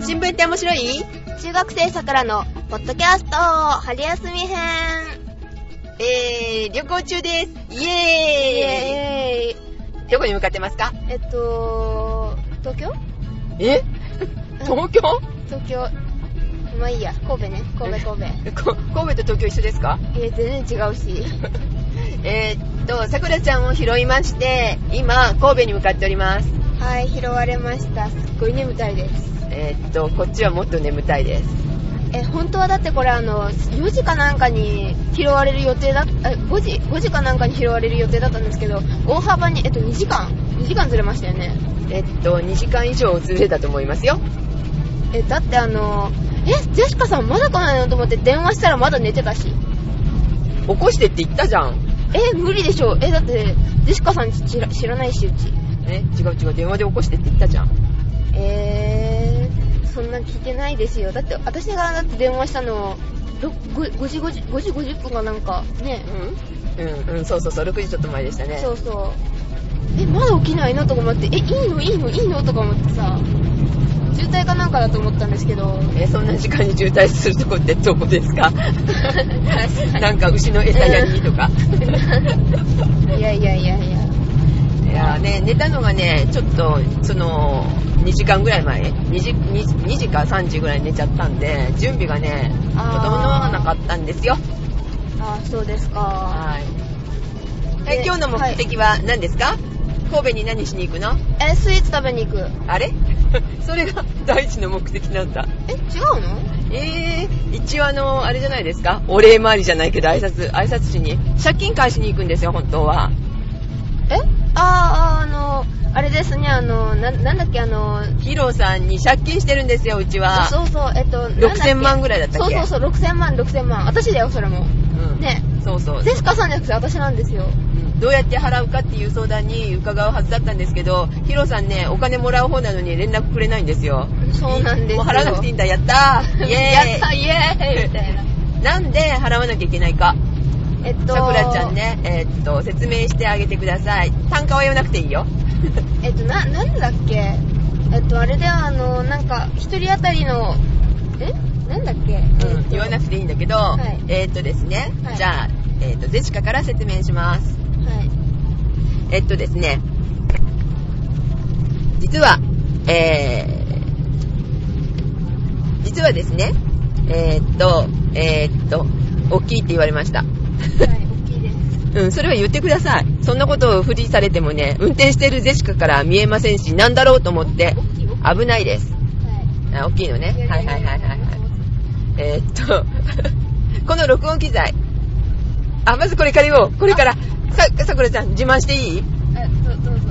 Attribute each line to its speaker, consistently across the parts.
Speaker 1: 新聞って面白い
Speaker 2: 中学生さくらのポッドキャスト春休み編
Speaker 1: えー、旅行中です。イエーイ
Speaker 2: イエーイ
Speaker 1: どこに向かってますか
Speaker 2: えっと東京
Speaker 1: え東京
Speaker 2: 東京まあいいや神戸ね神戸神
Speaker 1: こ神戸と東京一緒ですか
Speaker 2: 戸 いや全然違うし
Speaker 1: えーっと、さくらちゃんを拾いまして、今、神戸に向かっております。
Speaker 2: はい拾われましたすっごい眠たいです
Speaker 1: えーっと、こっちはもっと眠たいです。
Speaker 2: え本当はだってこれあの4時かなんかに拾われる予定だった5時5時かなんかに拾われる予定だったんですけど大幅にえっと2時間2時間ずれましたよね
Speaker 1: えーっと、2時間以上ずれたと思いますよ。
Speaker 2: えだってあのえジェシカさんまだ来ないのと思って電話したらまだ寝てたし
Speaker 1: 起こしてって言ったじゃん。
Speaker 2: え無理でしょえだってジェシカさん知ら知らないしうち
Speaker 1: え、違う違う、電話で起こしてって言ったじゃん。
Speaker 2: えー、そんな聞いてないですよだって私がだって電話したのろご 5, 時5時5時50分かなんかね
Speaker 1: うんうん、うん、そうそうそう、6時ちょっと前でしたね。
Speaker 2: そうそうえまだ起きないのとか思ってえいいのいいのいいのとか思ってさ渋滞かなんかだと思ったんですけど
Speaker 1: えーそんな時間に渋滞するとこってどこですかなんか牛の餌やりと か。
Speaker 2: いやいやいやいや
Speaker 1: いやーね、寝たのがね、ちょっと、その、2時間ぐらい前、2時 ,2 時か3時ぐらいに寝ちゃったんで、準備がね、整
Speaker 2: あー
Speaker 1: わなかったんですよ。
Speaker 2: あーそうですか
Speaker 1: はい。
Speaker 2: で
Speaker 1: え今日の目的は何ですか、神戸に何しに行くの
Speaker 2: えスイーツ食べに行く
Speaker 1: あれ それが第一の目的なんだ。
Speaker 2: え違うの
Speaker 1: えー、一応あの、あれじゃないですかお礼回りじゃないけど挨拶、挨拶しに、借金返しに行くんですよ、本当は。
Speaker 2: えあーあーあのあれですねあのななんだっけあの
Speaker 1: ヒロさんに借金してるんですよ、うちは。
Speaker 2: そうそうえっとなんだっけ
Speaker 1: 6000万ぐらいだった
Speaker 2: そ
Speaker 1: っ
Speaker 2: う
Speaker 1: け
Speaker 2: そうそう6000万6000万私だよそれも
Speaker 1: うん
Speaker 2: ね
Speaker 1: そうそう。
Speaker 2: ゼシカさんじゃなくて私なんですよ
Speaker 1: うんどうやって払うかっていう相談に伺うはずだったんですけど、ヒロさんね、お金もらう方なのに連絡くれないんですよ。
Speaker 2: そうなんですよ
Speaker 1: もう払わなく ていいんだ、やったーイ
Speaker 2: や
Speaker 1: エ
Speaker 2: ったイエーイみた いな
Speaker 1: ーイなんで払わなきゃいけないか。
Speaker 2: えっと
Speaker 1: さくらちゃんね、えーっと、説明してあげてください。単価は言わなくていいよ。
Speaker 2: えっとななんだっけえっとあれではあのなんか一人当たりのえなんだっけ、えっ
Speaker 1: うん、
Speaker 2: と
Speaker 1: 言わなくていいんだけど、
Speaker 2: はい
Speaker 1: えーっとですね、
Speaker 2: はい
Speaker 1: じゃあ、えーっと、ゼシカから説明します。
Speaker 2: はい
Speaker 1: えっとですね、実は、えー、実はですね、えーっと、えーっと、大きいって言われました。
Speaker 2: はい大きいです
Speaker 1: うん、それは言ってください。そんなことを不利されてもね、運転してるゼシカから見えませんし、なんだろうと思って
Speaker 2: 大、きい大きいは
Speaker 1: 危ないです。あ大きいの
Speaker 2: い
Speaker 1: ね。はいはいはいはい、はい。
Speaker 2: い
Speaker 1: えーっと、 この録音機材。あ、まずこれから言おう。これから、さ、さくらちゃん、自慢していい
Speaker 2: あどどうぞ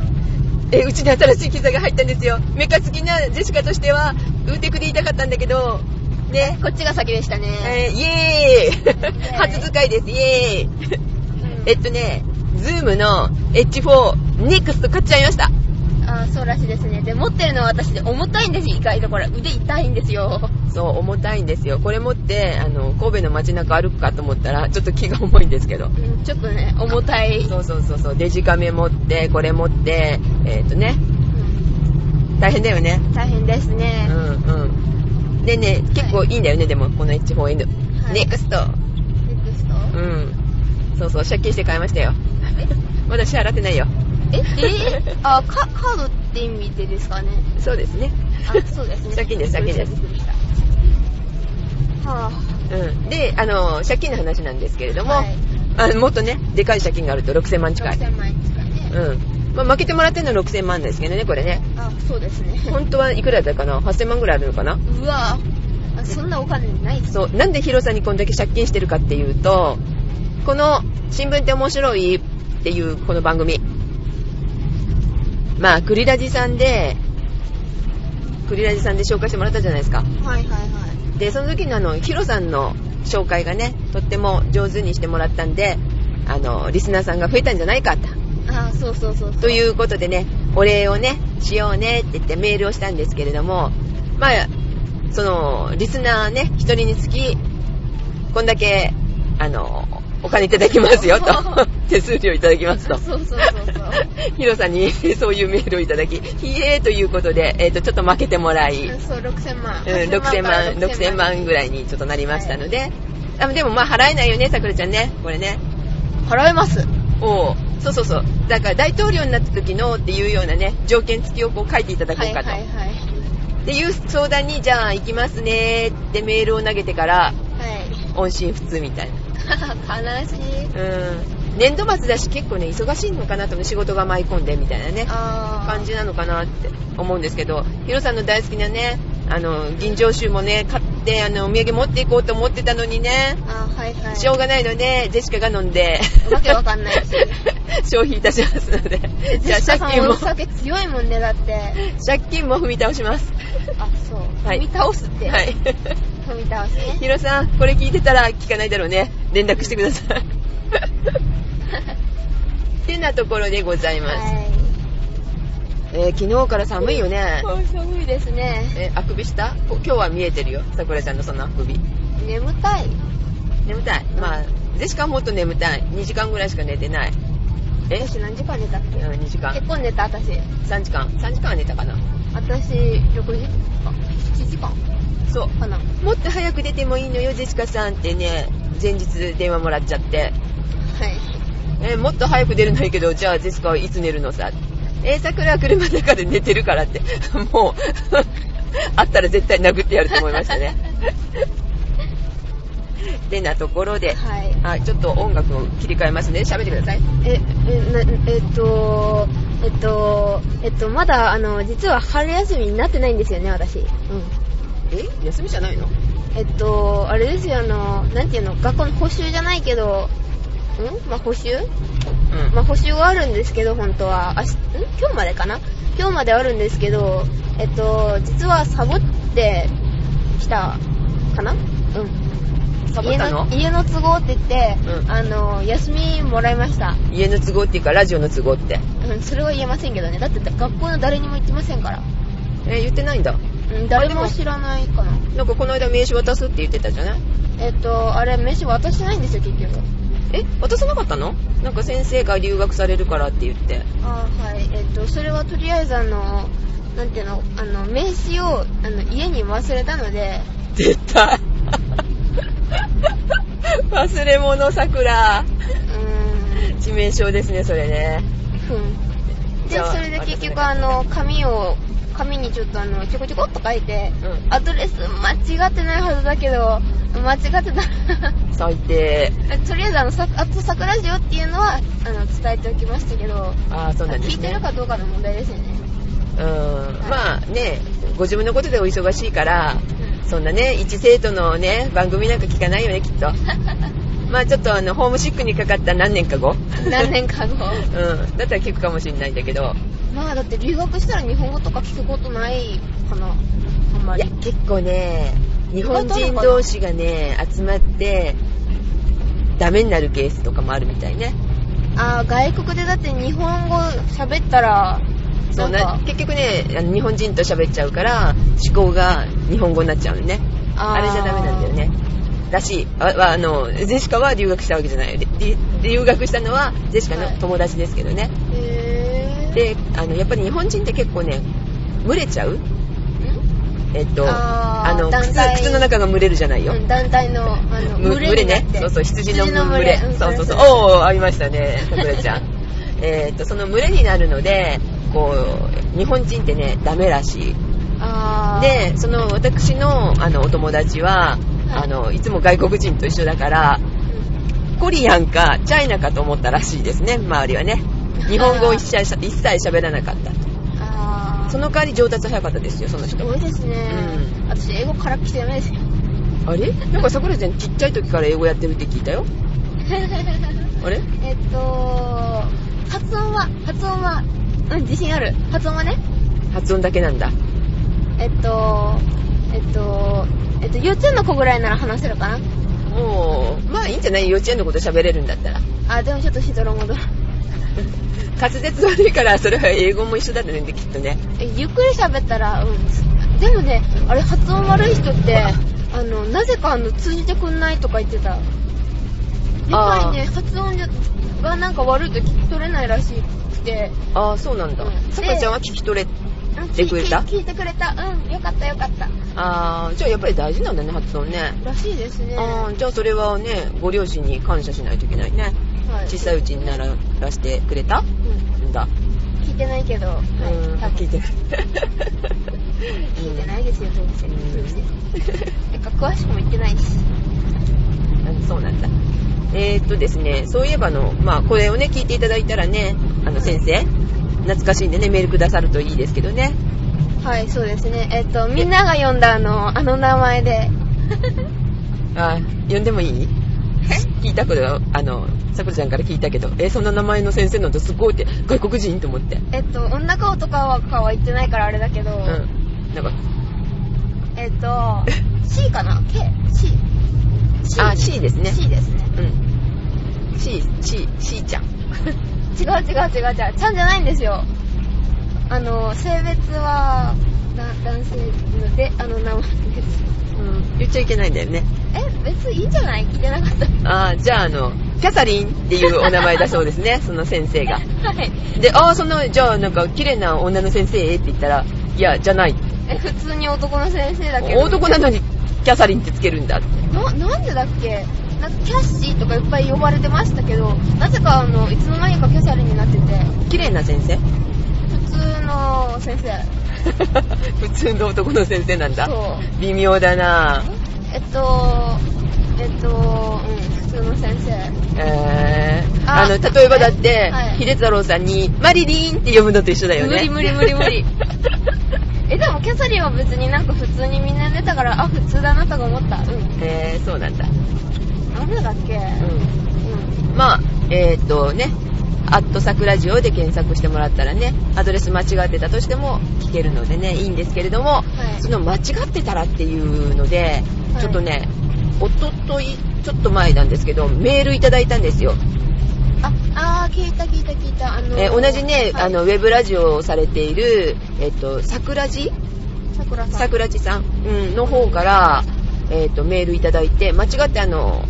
Speaker 1: え、うちに新しい機材が入ったんですよ。メカ好きなジェシカとしては、ウーテクで言いたかったんだけど、ね。
Speaker 2: こっちが先でしたね、
Speaker 1: えーイエーイ
Speaker 2: イ
Speaker 1: 初使いです、イエーイ
Speaker 2: うん
Speaker 1: えっとね、ズームの H4 NEXT 買っちゃいました。
Speaker 2: あーそうらしいですねで持ってるのは私で重たいんですよ意外とこれ腕痛いんですよ
Speaker 1: そう、重たいんですよ。これ持って、あの、神戸の街中歩くかと思ったら、ちょっと気が重いんですけど。
Speaker 2: うんちょっとね重たい
Speaker 1: そうそうそうそう、デジカメ持って、これ持って、えっとね、
Speaker 2: うん
Speaker 1: 大変だよね。
Speaker 2: 大変ですね
Speaker 1: う、んうん。でね、結構いいんだよね、でも、この H4N。
Speaker 2: はい
Speaker 1: ネクスト。
Speaker 2: ネクスト
Speaker 1: うん。そうそう、借金して買いましたよ。まだ支払ってないよ。
Speaker 2: えええあーカカードって意味でですかね
Speaker 1: そうですね。
Speaker 2: あそうですね
Speaker 1: 借金です借金です
Speaker 2: びっくりしたは
Speaker 1: うん。で、あの、借金の話なんですけれ
Speaker 2: あ
Speaker 1: ども、
Speaker 2: はい
Speaker 1: あのもっとね、でかい借金があると6000万近い。
Speaker 2: 6000万円近いね
Speaker 1: うん。まあ、負けてもらってるのは6000万ですけどね、これね。
Speaker 2: あそうですね
Speaker 1: 本当はいくらだったかな ?8000 万ぐらいあるのかな
Speaker 2: うわーあそんなお金ないです
Speaker 1: そう。なんでヒロさんにこんだけ借金してるかっていうと、この、新聞って面白いっていうこの番組。まあ、クリラジさんで、クリラジさんで紹介してもらったじゃないですか。
Speaker 2: はいはいはい
Speaker 1: で、その時のあの、ヒロさんの紹介がね、とっても上手にしてもらったんで、あの、リスナーさんが増えたんじゃないかと。
Speaker 2: あーそうそうそうそう
Speaker 1: ということでね、お礼をね、しようねって言ってメールをしたんですけれども、まあ、その、リスナーね、一人につき、こんだけ、あの、お金いただきますよと
Speaker 2: そう。
Speaker 1: 手数料いただきますと。
Speaker 2: そうそうそうそう。
Speaker 1: ヒロさんにそういうメールをいただき、ひえーということで、えっ、と、ちょっと負けてもらい、うん、
Speaker 2: そう、6000万。
Speaker 1: 6000万、6000万ぐらいにちょっとなりましたので、あでもまあ払えないよね、さくらちゃんね、これね。
Speaker 2: 払えます。
Speaker 1: おうそうそうそう。だから大統領になった時のっていうようなね、条件付きをこう書いていただこうかと。
Speaker 2: はいはいはい。
Speaker 1: っていう相談に、じゃあ行きますねーってメールを投げてから、音信不通みたいな。
Speaker 2: はい。悲しい。
Speaker 1: うん。年度末だし結構ね、忙しいのかなと思う仕事が舞い込んでみたいなね、
Speaker 2: あー
Speaker 1: 感じなのかなって思うんですけど、ヒロさんの大好きなね、あの、銀醸酒もね、買って、あの、お土産持っていこうと思ってたのにね、
Speaker 2: あーはいはい。
Speaker 1: しょうがないので、ジェシカが飲んで、
Speaker 2: わけわ かんないし。
Speaker 1: 消費いたしますので、じ
Speaker 2: ジ
Speaker 1: ゃ
Speaker 2: ェ
Speaker 1: あ
Speaker 2: シ
Speaker 1: 借
Speaker 2: カさん
Speaker 1: 金
Speaker 2: お
Speaker 1: も、
Speaker 2: 酒強いもんね、だって。
Speaker 1: 借金も踏み倒します。
Speaker 2: あ、そう。
Speaker 1: はい
Speaker 2: 踏み倒すって。
Speaker 1: はい。
Speaker 2: 踏み倒すね。
Speaker 1: ヒロさん、これ聞いてたら聞かないだろうね。連絡してくだ さい。ってなところでございます。
Speaker 2: は
Speaker 1: えー昨日から寒いよね
Speaker 2: い。。もう寒いですね。
Speaker 1: えーあくびしたこ今日は見えてるよ。さくらちゃんのそのあくび。
Speaker 2: 眠たい。
Speaker 1: 眠たい。まあ、ジェシカはもっと眠たい。2時間ぐらいしか寝てない。え
Speaker 2: 私何時間寝たっ
Speaker 1: うん
Speaker 2: け
Speaker 1: ?2 時間
Speaker 2: 結。構寝た、私。
Speaker 1: 3時間。3時間は寝たかな。
Speaker 2: 私、6時間 ?7 時間
Speaker 1: そう。
Speaker 2: かな。
Speaker 1: もっと早く出てもいいのよ、ジェシカさんってね、前日電話もらっちゃって。
Speaker 2: はい。
Speaker 1: えーもっと早く出るのはいいけど、じゃあジェシカはいつ寝るのさ。えー、桜は車の中で寝てるからって、 もう、あったら絶対殴ってやると思いました ね。てなところで、
Speaker 2: はい。
Speaker 1: あちょっと音楽を切り替えますね。喋ってください。
Speaker 2: え、え、なえっと、えっと、えっと、まだ、あの、実は春休みになってないんですよね、私。
Speaker 1: え休みじゃないの
Speaker 2: えっと、あれですよ、あの、なんていうの、学校の補習じゃないけど、んまあ、補習
Speaker 1: うん。
Speaker 2: まあ、補習はあるんですけど、本当は。あしん今日までかな今日まであるんですけど、えっと、実はサボってきた、かなうん。
Speaker 1: サボったの
Speaker 2: 家の家の都合って言って、
Speaker 1: うん
Speaker 2: あの、休みもらいました。
Speaker 1: 家の都合っていうか、ラジオの都合って。
Speaker 2: うん、それは言えませんけどね。だって学校の誰にも言ってませんから。
Speaker 1: えー言ってないんだ。
Speaker 2: うん、誰も知らないかな。
Speaker 1: なんかこの間名刺渡すって言ってたじゃない
Speaker 2: えっと、あれ、飯渡してないんですよ、結局。
Speaker 1: え渡さなかったのなんか先生が留学されるからって言って。
Speaker 2: あーはい。えっと、それはとりあえずあの、なんていうの、あの、名刺を、あの、家に忘れたので、
Speaker 1: 絶対忘れ物桜
Speaker 2: うーん、
Speaker 1: 致命傷ですねそれね
Speaker 2: ふん。で、
Speaker 1: じゃあ
Speaker 2: それで結
Speaker 1: 私ね
Speaker 2: 局あの、紙を、紙にちょっとあの、ちょこちょこっと書いて、
Speaker 1: うん
Speaker 2: アドレス間違ってないはずだけど、間違ってたら
Speaker 1: 最低
Speaker 2: とりあえずあの、さあと桜ジオっていうのは、あの、伝えておきましたけど、
Speaker 1: ああそうなんで
Speaker 2: 聞
Speaker 1: す
Speaker 2: いて
Speaker 1: ね
Speaker 2: るかどうかの問題ですよ ね。
Speaker 1: うんまあねご自分のことでお忙しいから
Speaker 2: うん
Speaker 1: そんなね一生徒のね番組なんか聞かないよねきっとまあちょっとあのホームシックにかかった何年か後
Speaker 2: 何年か後。
Speaker 1: うんだったら聞くかもしれないんだけど
Speaker 2: まあだって留学したら日本語とか聞くことないかな。あんま
Speaker 1: い
Speaker 2: り
Speaker 1: や。結構ね日本人同士がね集まってダメになるケースとかもあるみたいね
Speaker 2: あー外国でだって日本語喋ったら、
Speaker 1: そう
Speaker 2: な
Speaker 1: なん
Speaker 2: か、
Speaker 1: 結局ねあの日本人と喋っちゃうから思考が日本語になっちゃうのねあ
Speaker 2: ー
Speaker 1: れじゃダメなんだよ。ねだしあああのジェシカは留学したわけじゃないでり留学したのはジェシカ
Speaker 2: は
Speaker 1: の
Speaker 2: い
Speaker 1: 友達ですけどね、
Speaker 2: へー。
Speaker 1: であのやっぱり日本人って結構ね蒸れちゃうんえっと
Speaker 2: あー
Speaker 1: の
Speaker 2: 団
Speaker 1: 靴
Speaker 2: 体
Speaker 1: 靴の中が蒸れるじゃないよ、
Speaker 2: うん、団体の、あの、
Speaker 1: む
Speaker 2: 群れ
Speaker 1: 群れ
Speaker 2: になっ
Speaker 1: ね
Speaker 2: て。
Speaker 1: そうそう、羊の群れ。
Speaker 2: ん
Speaker 1: そうそうそう。
Speaker 2: れれ
Speaker 1: おー、ありましたね、さくらちゃ ん。えーっと、その群れになるので、こう、日本人ってね、ダメらしい。
Speaker 2: あー、
Speaker 1: で、その私の、あの、お友達は、あの、いつも外国人と一緒だから、
Speaker 2: うん
Speaker 1: コリアンかチャイナかと思ったらしいですね、周りはね。日本語を一切一切喋らなかった。
Speaker 2: あー、
Speaker 1: その代わり上達早かったですよ、その
Speaker 2: す
Speaker 1: 人
Speaker 2: ご。いですね。
Speaker 1: う
Speaker 2: 私、英語から来てダメですよ。
Speaker 1: あれなんかさくらちゃんちっちゃい時から英語やってるって聞いたよ。あれ
Speaker 2: えっと、発音は、発音は、うん、自信ある。発音はね、
Speaker 1: 発音だけなんだ。
Speaker 2: えっと、えっと、えっと、幼稚園の子ぐらいなら話せるかな。
Speaker 1: もう、まあいいんじゃない幼稚園のこと喋れるんだったら。
Speaker 2: あ、でもちょっとしどろもどろ。
Speaker 1: 滑舌悪いから、それは英語も一緒だったね、きっとね。
Speaker 2: えゆっくり喋ったら、うん。でもね、あれ発音悪い人って、あの、なぜかあの、通じてくんないとか言ってた。でかいね、発音がなんか悪いと聞き取れないらしくて、
Speaker 1: ああ、そうなんだ
Speaker 2: うん。
Speaker 1: さかちゃんは聞き取れ、
Speaker 2: うん
Speaker 1: てくれた
Speaker 2: 聞い聞いてくれた。うん、よかったよかった。
Speaker 1: ああ、じゃあやっぱり大事なんだね、発音ね。
Speaker 2: らしいですね。
Speaker 1: あーじゃあそれはね、ご両親に感謝しないといけないね。
Speaker 2: はい
Speaker 1: 小さいうちに習らしてくれたん
Speaker 2: うん
Speaker 1: だ。
Speaker 2: 聞いてないけど、は
Speaker 1: うーん、
Speaker 2: い、多分
Speaker 1: 聞いて ない。
Speaker 2: 聞いてないですよ、どうせ。
Speaker 1: うん
Speaker 2: うんなんか詳しくも言ってないし。
Speaker 1: うんそうなんだ。えー、っとですね、そういえばあの、まあ、これをね、聞いていただいたらね、あの、先生、懐かしいんでね、メールくださるといいですけどね。
Speaker 2: はい、そうですね。えっと、みんなが読んだあの、あの名前で。
Speaker 1: あー、呼んでもいい聞いたけど、あの、さくらちゃんから聞いたけど、えーそんな名前の先生なんてすごいって、外国人と思って。
Speaker 2: えっと、女顔とかは顔は言ってないからあれだけど、
Speaker 1: うん。なんか、
Speaker 2: えっと、C かな ?K? C? C
Speaker 1: あ、C ですね。
Speaker 2: C ですね。
Speaker 1: うん。C、C、C ちゃん。
Speaker 2: 違う違う違う違う。ちゃんじゃないんですよ。あの、性別は、だ男性ので、あの名前です。
Speaker 1: うん。言っちゃいけないんだよね。
Speaker 2: え、別にいいんじゃない聞いてなかった。
Speaker 1: あーじゃあ、あの、キャサリンっていうお名前だそうですね、その先生が。
Speaker 2: はい。
Speaker 1: で、ああ、その、じゃあ、なんか、綺麗な女の先生って言ったら、いや、じゃない。
Speaker 2: え、普通に男の先生だけど。
Speaker 1: 男なのに、キャサリンってつけるんだって。
Speaker 2: な、なんでだっけなんかキャッシーとかいっぱい呼ばれてましたけど、なぜかあの、いつの間にかキャサリンになってて、
Speaker 1: 綺麗な先生
Speaker 2: 普通の先生。
Speaker 1: 普通の男の先生なんだ。
Speaker 2: そう。
Speaker 1: 微妙だなぁ。
Speaker 2: えっと、えっと、うん、普通の先生。
Speaker 1: えー、
Speaker 2: あ
Speaker 1: あの、例えばだって、
Speaker 2: はい
Speaker 1: 秀太郎さんに、マリリンって呼ぶのと一緒だよね。
Speaker 2: 無理無理無理無理え、でもキャサリンは別になんか普通にみんな出たから、あ、普通だなとか思った。うん。
Speaker 1: えー、そうなんだ。
Speaker 2: なんでだっけ
Speaker 1: うん。
Speaker 2: う
Speaker 1: まあ、えーっとね、アットサクラジオで検索してもらったらね、アドレス間違ってたとしても聞けるのでね、いいんですけれども、
Speaker 2: い
Speaker 1: その間違ってたらっていうので、
Speaker 2: はい
Speaker 1: ちょっとね、おととい、ちょっと前なんですけど、メールいただいたんですよ。
Speaker 2: ん。あ、あー、聞いた聞いた聞いた。あの
Speaker 1: えー同じね、
Speaker 2: はい
Speaker 1: あの、ウェブラジオをされている、えーっと、桜地
Speaker 2: さくらさん。
Speaker 1: 桜地さん、うん、の方から、えー、とメールいただいて間違ってあの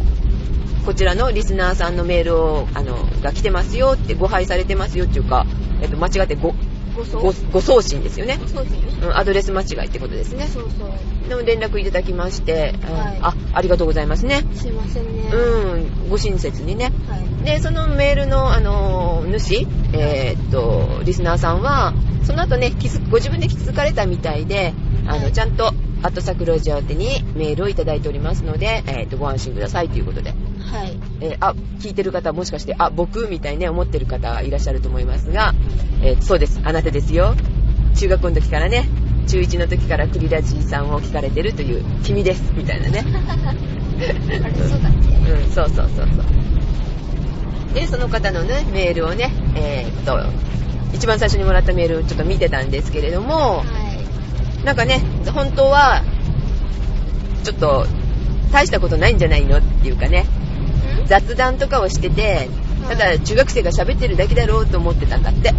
Speaker 1: こちらのリスナーさんのメールをあのが来てますよってご配されてますよっていうか、えー、と間違ってご
Speaker 2: ごそう。
Speaker 1: ごご送信ですよね、
Speaker 2: そうですね。
Speaker 1: うん、アドレス間違いってことですね
Speaker 2: そうそう。
Speaker 1: の連絡いただきまして、うん
Speaker 2: はい
Speaker 1: あありがとうございますね
Speaker 2: すいませんね。
Speaker 1: うんご親切にね
Speaker 2: はい。
Speaker 1: でそのメールの、あの主、えーっとリスナーさんはその後ね気づご自分で気づかれたみたいであの、
Speaker 2: はい
Speaker 1: ちゃんと「アットサクロジア」宛てにメールをいただいておりますので、えーっとご安心くださいということで、
Speaker 2: はい。
Speaker 1: えーあ聞いてる方もしかして「あ僕」みたいにね思ってる方いらっしゃると思いますが、えーそうですあなたですよ中学校の時からね中1の時からクリラジーさんを聞かれてるという君ですみたいなね
Speaker 2: あれ、そうだっけ
Speaker 1: うん、そうそうそうそう。で、その方のね、メールをね、えーっと、一番最初にもらったメールをちょっと見てたんですけれども、
Speaker 2: は
Speaker 1: なんかね、本当は、ちょっと、大したことないんじゃないのっていうかね、
Speaker 2: い。ん
Speaker 1: 雑談とかをしてて、ただ中学生が喋ってるだけだろうと思ってたんだって。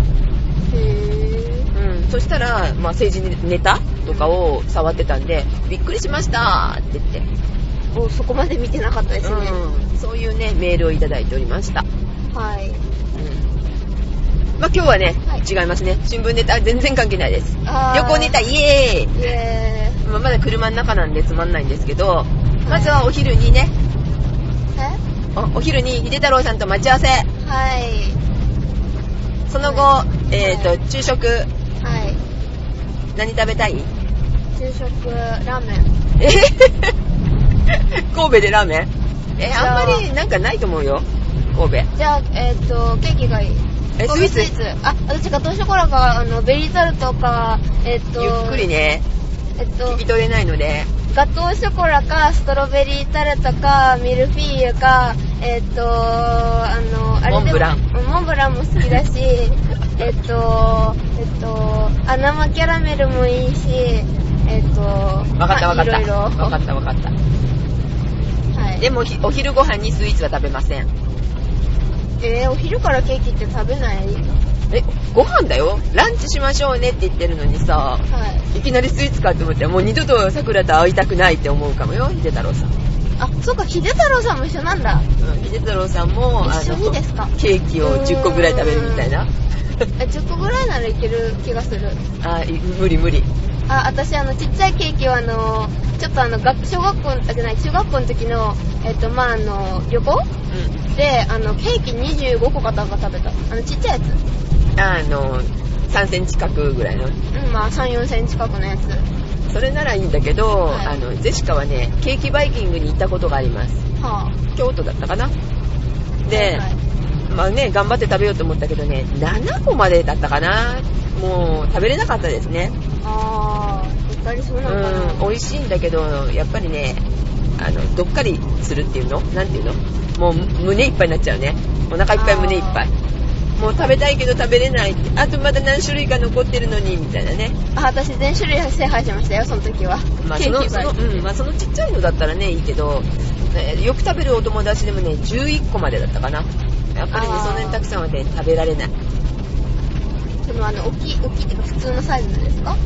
Speaker 2: へ
Speaker 1: うん、そしたら、まあ、政治ネタとかを触ってたんで、びっくりしましたって言って、
Speaker 2: ー。お、そこまで見てなかったですね。
Speaker 1: うん、そういうね、メールをいただいておりました。
Speaker 2: はい。
Speaker 1: まあ、今日はね、
Speaker 2: はい
Speaker 1: 違いますね。新聞ネタ全然関係ないです。
Speaker 2: あー
Speaker 1: 旅行ネタイエー
Speaker 2: イエ
Speaker 1: イ、まあ、まだ車の中なんでつまんないんですけど、まずはお昼にね、
Speaker 2: ーイ。え
Speaker 1: おお昼に秀太郎さんと待ち合わせ。
Speaker 2: はい。
Speaker 1: その後、
Speaker 2: は
Speaker 1: えっ、
Speaker 2: は
Speaker 1: と
Speaker 2: い、
Speaker 1: 昼食、
Speaker 2: はい。
Speaker 1: 何食べたい
Speaker 2: 昼食、ラーメン。
Speaker 1: えー 神戸でラーメンえー
Speaker 2: じゃあ
Speaker 1: あんまりなんかないと思うよ。神戸。
Speaker 2: じゃあ、えっ、と、ケーキがいい。
Speaker 1: え、スイーツ
Speaker 2: 神戸スイーツ。あ、私ガトーショコラか、あの、ベリータルトか、えっ、と、
Speaker 1: ゆっくり。ね、
Speaker 2: えっ、
Speaker 1: 聞
Speaker 2: と
Speaker 1: き、取れないので、
Speaker 2: ガトーショコラか、ストロベリータルトか、ミルフィーユか、えっ、と、あの、あれで
Speaker 1: モ
Speaker 2: も
Speaker 1: ンブラン
Speaker 2: モンブランも好 きだし、えっと、えっと、あ、生キャラメルもいいし、えっと、わ
Speaker 1: わかったわかっ
Speaker 2: い
Speaker 1: た。
Speaker 2: ろいろ。
Speaker 1: わかったわかった。
Speaker 2: はい。
Speaker 1: でもひお昼ご飯にスイーツは食べません。
Speaker 2: えーお昼からケーキって食べないは
Speaker 1: え、ご飯だよランチしましょうねって言ってるのにさ、
Speaker 2: い。
Speaker 1: いきなりスイーツかって思って、もう二度と桜と会いたくないって思うかもよ、秀太郎さん。
Speaker 2: あ、そうか、秀太郎さんも一緒なんだ。
Speaker 1: うん、秀太郎さんも
Speaker 2: 一緒にですか
Speaker 1: ケーキを10個ぐらい食べるみたいな
Speaker 2: え、10個ぐらいならいける気がする。
Speaker 1: あい無理無理
Speaker 2: あ、私、あの、ちっちゃいケーキは、あの、ちょっとあの、学小学校、あ、じゃない、中学校の時の、えっと、まあ、あの、旅行
Speaker 1: う
Speaker 2: で、あの、ケーキ25個かなんか食べた。あの、ちっちゃいやつ。
Speaker 1: んあの3センチ角ぐらいの
Speaker 2: うん、まあ、3、4センチ角のやつ。
Speaker 1: それならいいんだけど、
Speaker 2: はい
Speaker 1: あのジェシカはねケーキバイキングに行ったことがあります
Speaker 2: は
Speaker 1: 京都だったかな
Speaker 2: ぁ、
Speaker 1: で、
Speaker 2: はい
Speaker 1: まあね頑張って食べようと思ったけどね7個までだったかなもう食べれなかったですね
Speaker 2: あー、やっぱりそう
Speaker 1: う
Speaker 2: なのかな。
Speaker 1: ん美味しいんだけどやっぱりねあのどっかりするっていうのなんていうのもう胸いっぱいになっちゃうねお腹いっぱい
Speaker 2: あー
Speaker 1: 胸いっぱいもう食べたいけど食べれないってあとまだ何種類か残ってるのにみたいなね
Speaker 2: あ、私、全種類制覇しましたよ、その時は。
Speaker 1: まあ、
Speaker 2: ケ
Speaker 1: そ
Speaker 2: ー
Speaker 1: の
Speaker 2: キ
Speaker 1: そ
Speaker 2: バイ
Speaker 1: の、うんまあ、そのちっちゃいのだったらねいいけど、えーよく食べるお友達でもね11個までだったかなやっぱりね
Speaker 2: あー
Speaker 1: そんなにたくさんはね食べられない
Speaker 2: そのあの大きい大きいっていうか普通のサイズですか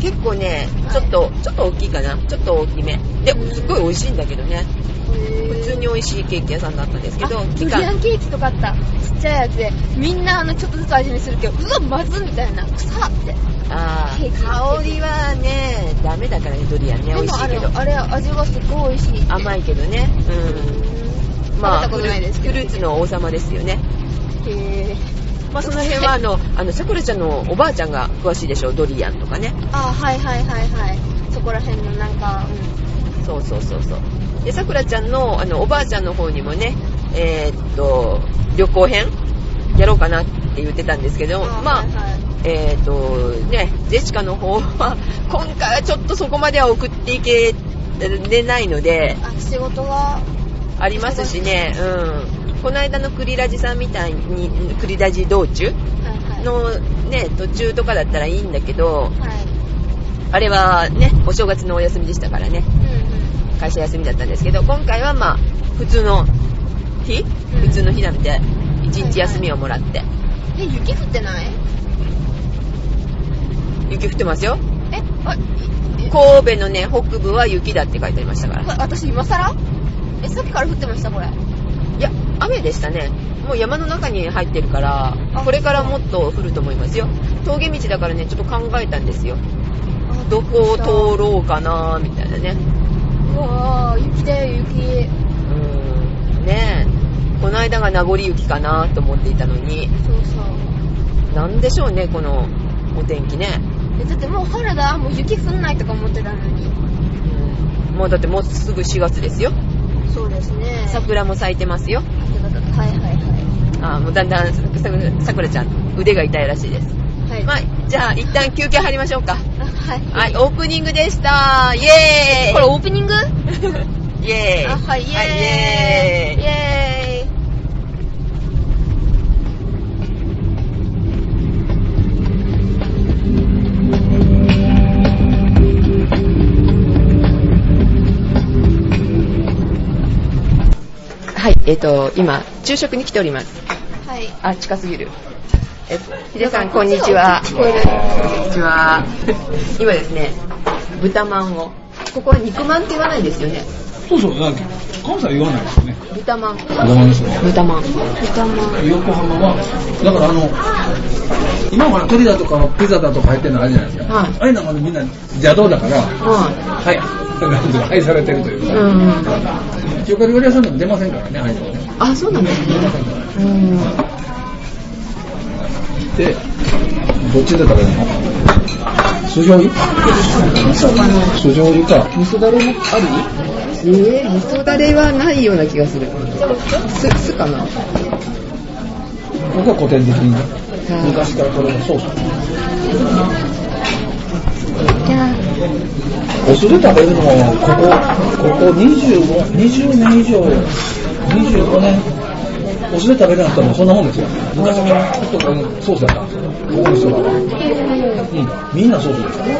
Speaker 1: 結構ね
Speaker 2: はい
Speaker 1: ちょっと、ちょっと大きいかなちょっと大きめで
Speaker 2: うん
Speaker 1: すっごい美味しいんだけどね普
Speaker 2: 普
Speaker 1: 通に美味しいケーキ屋さんだったんですけど期
Speaker 2: ドリア
Speaker 1: 間
Speaker 2: ンケーキとかあったちっちゃいやつでみんなあのちょっとずつ味見するけどうわまずみたいな臭って
Speaker 1: あー
Speaker 2: ケーキ
Speaker 1: 香りはねダメだからねドリアンね美
Speaker 2: で
Speaker 1: 味
Speaker 2: も
Speaker 1: し
Speaker 2: あ
Speaker 1: いけ
Speaker 2: れ
Speaker 1: ど
Speaker 2: あれ味がすごい美味しい
Speaker 1: 甘
Speaker 2: い
Speaker 1: いけどねうんまあ
Speaker 2: 食べたことないですけ
Speaker 1: フ
Speaker 2: ど
Speaker 1: ルーツの王様ですよね
Speaker 2: へー
Speaker 1: まあ、その辺はあの、あの、さくらちゃんのおばあちゃんが詳しいでしょ、ドリアンとかね。
Speaker 2: あはいはいはいはいそこら辺のなんか、
Speaker 1: そうそうそうそう。で、さくらちゃんの、あの、おばあちゃんの方にもね、えーっと、旅行編やろうかなって言ってたんですけ
Speaker 2: う
Speaker 1: ど、
Speaker 2: ん、
Speaker 1: まあ、
Speaker 2: はいはい
Speaker 1: えーっと、ね、ジェシカの方は、今回はちょっとそこまでは送っていけれないので、
Speaker 2: あ仕事が
Speaker 1: ありますしね、うん。この間のクリラジさんみたいに、クリラジ道中
Speaker 2: はいはい
Speaker 1: のね、途中とかだったらいいんだけど、
Speaker 2: はい
Speaker 1: あれはね、お正月のお休みでしたからね、
Speaker 2: うん
Speaker 1: 会社休みだったんですけど、今回はまあ、普通の日、
Speaker 2: ん
Speaker 1: 普通の日なので、1日休みをもらって、
Speaker 2: うんえ雪降ってない
Speaker 1: 雪降ってますよ。
Speaker 2: えあいえ
Speaker 1: 神戸のね、北部は雪だって書いてありましたから。
Speaker 2: これ私今更えさっきから降ってましたこれ
Speaker 1: いや、雨でしたね。もう山の中に入ってるから
Speaker 2: あ、
Speaker 1: これからもっと降ると思いますよ。峠道だからね、ちょっと考えたんですよ。どこを通ろうかなみたいなね。
Speaker 2: うわー雪だよ雪
Speaker 1: うーん、ねえ。この間が名残雪かなと思っていたのに、
Speaker 2: そうそう
Speaker 1: なんでしょうね、このお天気ね。
Speaker 2: えだってもう春だもう雪降んないとか思ってたのに
Speaker 1: うんもうだってもうすぐ4月ですよ。
Speaker 2: そうですねさっ
Speaker 1: 桜も咲いてますよ。
Speaker 2: はいはいは
Speaker 1: あーもうだんだんさくささくらちゃん、腕が痛いらしいです。
Speaker 2: いはい、
Speaker 1: まあ、じゃあ一旦休憩入りましょうか。
Speaker 2: あはい
Speaker 1: はい、オープニングでした。イエーイ
Speaker 2: これオープニングあ
Speaker 1: イエーイ
Speaker 2: はいイエーイ,、
Speaker 1: はいイエーイ
Speaker 2: イエーイ
Speaker 1: はい、えっ、と、今、昼食に来ております。
Speaker 2: はい
Speaker 1: あ、近すぎる。えっと、ヒデさん、こんにちは。
Speaker 2: 聞こえる
Speaker 1: こんにちは。 今ですね、豚まんを。ここは肉まんって言わないですよね。
Speaker 3: そうそう、だから関西は言わないですね。
Speaker 1: 豚まん。
Speaker 3: ごめんなさい
Speaker 1: 豚まん。
Speaker 3: 横浜は、だからあの、今ほら鳥だとかピザだとか入ってるのあるじゃないですか。
Speaker 1: はい
Speaker 3: あれなんかみんな邪道だから、
Speaker 1: は
Speaker 3: はい。なんとか愛されてるという
Speaker 1: い。
Speaker 3: か。
Speaker 1: うん。
Speaker 3: 中華料理屋さんでも出ませんからね、ああいうのね。
Speaker 1: あ、そうなんですね。うん。
Speaker 3: で、どっちで食べるの酢醤油酢醤油か。味噌だれもある
Speaker 1: えー、味噌だれはないような気がする。す、すかな
Speaker 3: 僕は古典的にね。昔からこれのソース。お酢で食べるのはここ、ここ25、20年以上、25年、お酢で食べるのったらもうそんなもんですよ。昔からちょっとこれソースだったんですよ。ここの人は。うん、みんなソースです。
Speaker 2: ね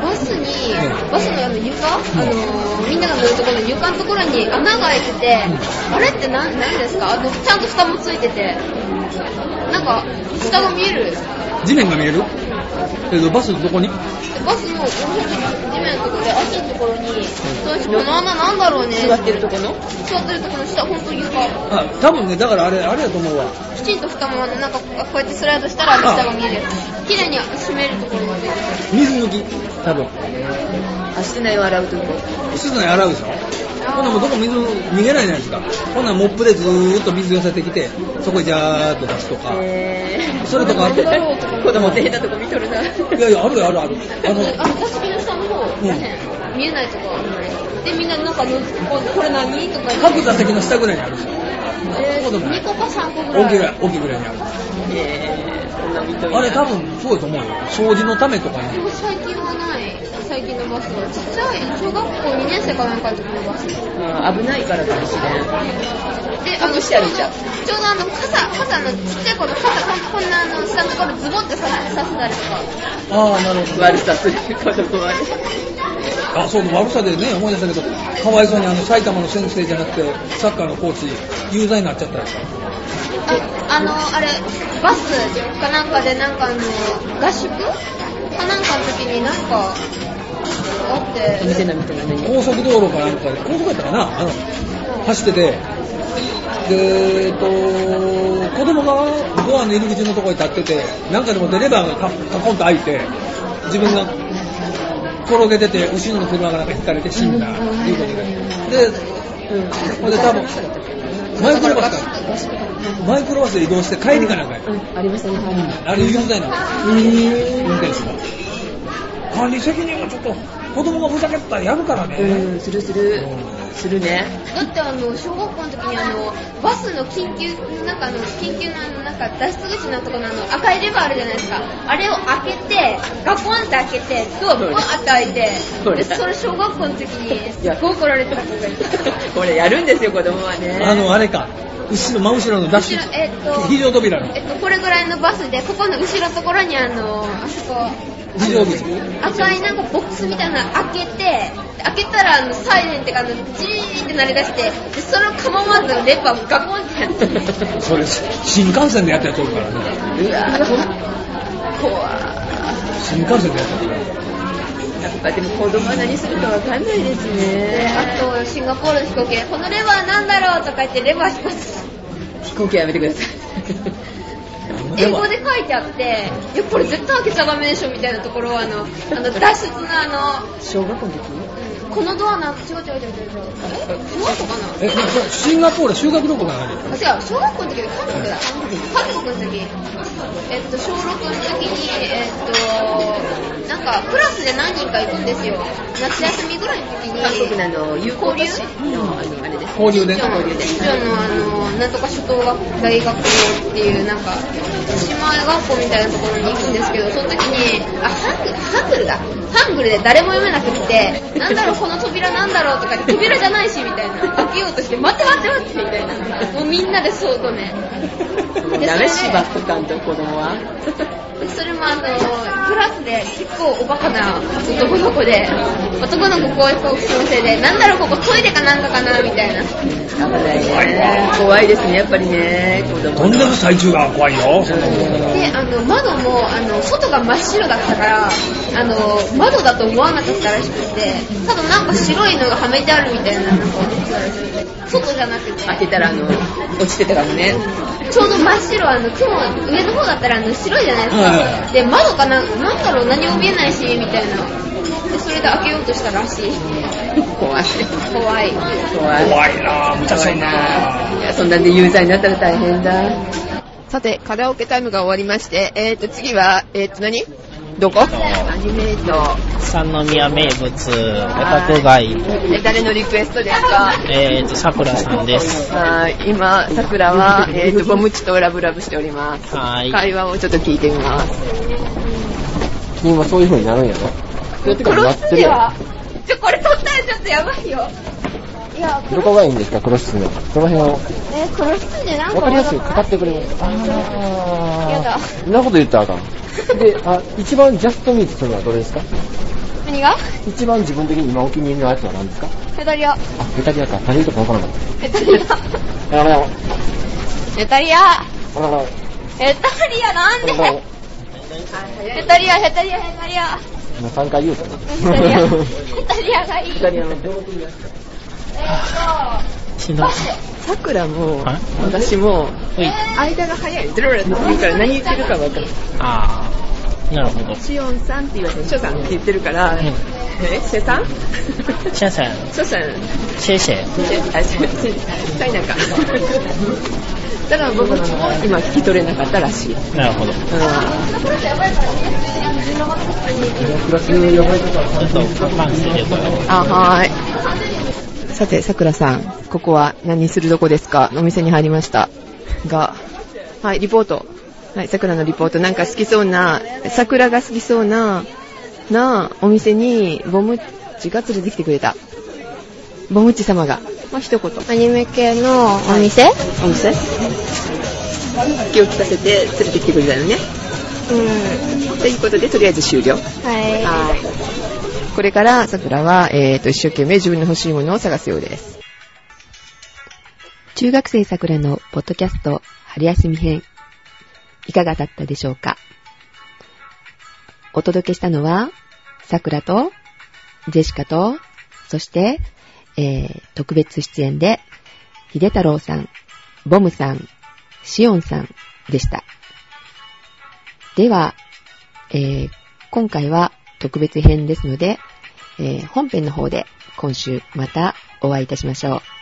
Speaker 2: バスに
Speaker 3: うん
Speaker 2: バスのあの床、あのーみんなが乗るところの床のところに穴が開いてて、あれって何何ですかあのちゃんと蓋もついててなんか蓋が見える
Speaker 3: 地面が見えるえっと、バスどこに
Speaker 2: バスの地面のところで熱いところに、そうこの穴なんだろうね
Speaker 1: 座ってるとこの
Speaker 2: 座ってるところの下本当に床
Speaker 3: あ、多分ね、だからあれ、あれやと思うわ。
Speaker 2: きちんと蓋もなんかこうやってスライドしたら下が見える綺麗に閉めるところが出てる
Speaker 3: 水抜き。多分。
Speaker 1: あ室内を洗うとこ
Speaker 3: 室内洗うでしょほんならもうどこ水逃げないじゃないですか。ほんならモップでずーっと水寄せてきて、そこにジャーっと出すとか。
Speaker 1: へー
Speaker 3: それとかあって
Speaker 1: 子供って変なとこ見とるな。
Speaker 3: いやいや、あるよあるある。あの、
Speaker 2: あの座席の下の方、うん、見えないとこでみんななんかのこうこれ何とか言って
Speaker 3: 各座席の下ぐらいにあるでしょ
Speaker 2: え
Speaker 3: そうでもない
Speaker 2: 2個か3個ぐら
Speaker 3: 大
Speaker 2: い
Speaker 3: きいぐらい、大きいぐらいにある。
Speaker 1: へーそんな見とるな
Speaker 3: あれ多分そうだと思うよ。掃除のためとか
Speaker 2: で
Speaker 3: に。
Speaker 2: も最近はない最近のバスはちっちゃい小学校2年生かなんかの時のバスで
Speaker 1: うん危ないからかもしれん。
Speaker 2: あの
Speaker 1: 隠してあるじゃん
Speaker 2: ちょうどあの傘傘のちっちゃい子の傘こんこんなあの下のところズボンって刺させたりとか
Speaker 3: ああ、なるほど。
Speaker 1: 悪さする子供はね。
Speaker 3: あ、そう、悪さでね、思い出したけど、かわいそうにあの、埼玉の先生じゃなくて、サッカーのコーチ、有罪になっちゃったやつ。
Speaker 2: ああの、あれ、バスかなんかで、なんかあの、合宿かなんかの時になんか、あって、
Speaker 1: 見せなみたいなね。
Speaker 3: 高速道路かなんかで、高速やったかなあの、走ってて、で、えっと、子供がドアの入り口のところに立ってて、なんかでもでレバーがカカコンと開いて、自分が転げ出て、後ろの車がなんか引かれて死んだ、いうことで。で、ほんで多分、マイクロバスか、マイクロバスで移動して帰りかなんかや。
Speaker 1: うん、ありましたね。はい
Speaker 3: あれ有罪なの。
Speaker 1: へ
Speaker 3: 運転手が。管理責任はちょっと、子供がふざけたらやるからね。
Speaker 1: ー。うん、するする。するね。
Speaker 2: だってあの、小学校の時にあの、バスの緊急、なんかあの、緊急のあの、なんか脱出口のところのあの、赤いレバーあるじゃないですか。あれを開けて、ガコンって開けて、ドアボンって開いて、
Speaker 1: そう
Speaker 2: で
Speaker 1: です
Speaker 2: それ小学校の時に、すっごい怒られてた子がいて。
Speaker 1: これやるんですよ、子供はね。
Speaker 3: あの、あれか。後ろ、真後ろのダッシ
Speaker 2: 後ろ
Speaker 3: ュ。
Speaker 2: えっと
Speaker 3: 非常扉の
Speaker 2: え。っと、これぐらいのバスで、ここの後ろのところにあの、あそこ、
Speaker 3: 非常口。
Speaker 2: 赤いなんかボックスみたいなの開けて、開けたらあのサイレンってかあの、ジーンって鳴り出して、でその構わずレバーガコンってやって、
Speaker 3: それ、新幹線でやったやつおるからね。
Speaker 1: うわぁ、怖
Speaker 3: 新幹線でやったやつ
Speaker 1: やっぱでも子供は何するかわかんないです
Speaker 2: で
Speaker 1: ね。
Speaker 2: あとシンガポールの飛行機で、このレバーなんだろうとか言ってレバー飛行機、
Speaker 1: 飛行機やめてください。
Speaker 2: 英語で書いてあって、いや、これ絶対開けちゃダメでしょみたいなところはあの、あの脱出のあの、
Speaker 1: 小学校の時
Speaker 2: このドアなんか違う違う違う違う違う。え小学校かな
Speaker 3: え、なそれシンガポール修学旅行かなあ
Speaker 2: あ
Speaker 3: れ
Speaker 2: 違う、小学校の時で韓国だ。韓国の時。えっと、小6の時に、えっと、なんか、クラスで何人か行くんですよ。夏休みぐらいの時に。
Speaker 1: 韓国のあの、友好都市の、あの、あれです。
Speaker 3: 交流で。
Speaker 2: 近所のあの、なんとか初等学大学校っていう、なんか、姉妹学校みたいなところに行くんですけど、その時に、あ、ハングル、ハングルだ。ハングルで誰も読めなくって、なんだろう、この扉なんだろうとか、扉じゃないし、みたいな。開けようとして、待って待って待って、みたいな。もうみんなでそうとね。
Speaker 1: もうダメ、芝生監督、子供は。
Speaker 2: それもあの、クラスで結構おバカな男の子で、男の子高校生で、なんだろうここトイレかなんかかなみたいな。
Speaker 1: 危ないね。怖いですね、やっぱりね、子供。
Speaker 3: 飛んでる最中が怖いよ。
Speaker 2: で、あの、窓も、あの、外が真っ白だったから、あの、窓だと思わなかったらしくて、ただなんか白いのがはめてあるみたいな、なんか思ってたらしくて、外じゃなくて、
Speaker 1: 開けたら、あの、落ちてたかもね。
Speaker 2: ちょうど真っ白、あの、雲、上の方だったら、あの、白いじゃないです
Speaker 3: はいはいは
Speaker 2: か。で、窓かな、なんだろう、何も見えないし、みたいな。で、それで開けようとしたらしい。
Speaker 1: 怖い。
Speaker 2: 怖い。
Speaker 1: 怖い。
Speaker 3: 怖いなぁ、むちゃくちゃいなぁ。
Speaker 1: いや、そんなんで有罪になったら大変だ。
Speaker 4: さて、カラオケタイムが終わりまして、えーと、次は、えーと、何どこ
Speaker 1: アニメート。
Speaker 5: 三宮名物、オタク街、
Speaker 4: え誰のリクエストですか
Speaker 5: えーと、さくらさんです。
Speaker 4: はい、今、桜は、えーと、ゴムチとラブラブしております。
Speaker 5: はーい。
Speaker 4: 会話をちょっと聞いてみます。
Speaker 6: 君もそういう風になるんやろ
Speaker 2: 殺すには、ちょ、これ撮ったらちょっとやばいよ。や、
Speaker 6: どこがいいんですか、黒室の。その辺を。
Speaker 2: え、黒室でなんか
Speaker 6: わかりやすく語ってくれます。
Speaker 2: やだ
Speaker 6: あ。ー。そんなこと言ったらあかん。で、あ、一番ジャストミートするのはどれですか
Speaker 2: 何が
Speaker 6: 一番自分的に今お気に入りのやつは何ですか
Speaker 2: ヘタリア。
Speaker 6: あ、ベタリアか。タリアとかわからなかっ
Speaker 2: ヘタリア。
Speaker 6: た。あららら
Speaker 2: ヘタリア。
Speaker 6: あららら
Speaker 2: ヘタリアなんで
Speaker 6: あらら
Speaker 2: ヘタリア、ヘタリア、ヘタリア。
Speaker 6: 今3 回言うたね
Speaker 2: ヘタリア。ヘタリアがいい。ヘタリアの
Speaker 5: しんどい。
Speaker 1: さくらも
Speaker 5: はい、
Speaker 1: 私も、
Speaker 5: ほい。
Speaker 1: 間が早い。ドロロって言うから何言ってるか分かる。
Speaker 5: あー。なるほど。
Speaker 1: シオンさんって言われて、ショさんって言ってるから、
Speaker 5: うん
Speaker 1: えシェさん
Speaker 5: シェン
Speaker 1: シ
Speaker 5: シェ
Speaker 1: ョさん、
Speaker 5: ン、シェイシェイ。
Speaker 1: シェ、あ、シェ、シェ、チャイナか。ただ僕も今聞き取れなかったらしい。うん
Speaker 5: なるほど。ちょっとパンパンしてるこれを。
Speaker 1: あ、はーい。さて、さくらさん、ここは何するどこですかお店に入りました。が、はい、リポート。はい、さくらのリポート。なんか好きそうな、さくらが好きそうな、なお店に、ボムッチが連れてきてくれた。ボムッチ様が。まあ、一言。
Speaker 2: アニメ系のお店、
Speaker 1: お店気を利かせて連れてきてくれたのね。
Speaker 2: うん。
Speaker 1: ということで、とりあえず終了。
Speaker 2: はい。
Speaker 1: はい。これから、桜は、えー、と、一生懸命自分の欲しいものを探すようです。中学生桜のポッドキャスト、春休み編。いかがだったでしょうかお届けしたのは、桜と、ジェシカと、そして、えー、特別出演で、秀太郎さん、ボムさん、シオンさんでした。では、えー今回は特別編ですので、えー本編の方で今週またお会いいたしましょう。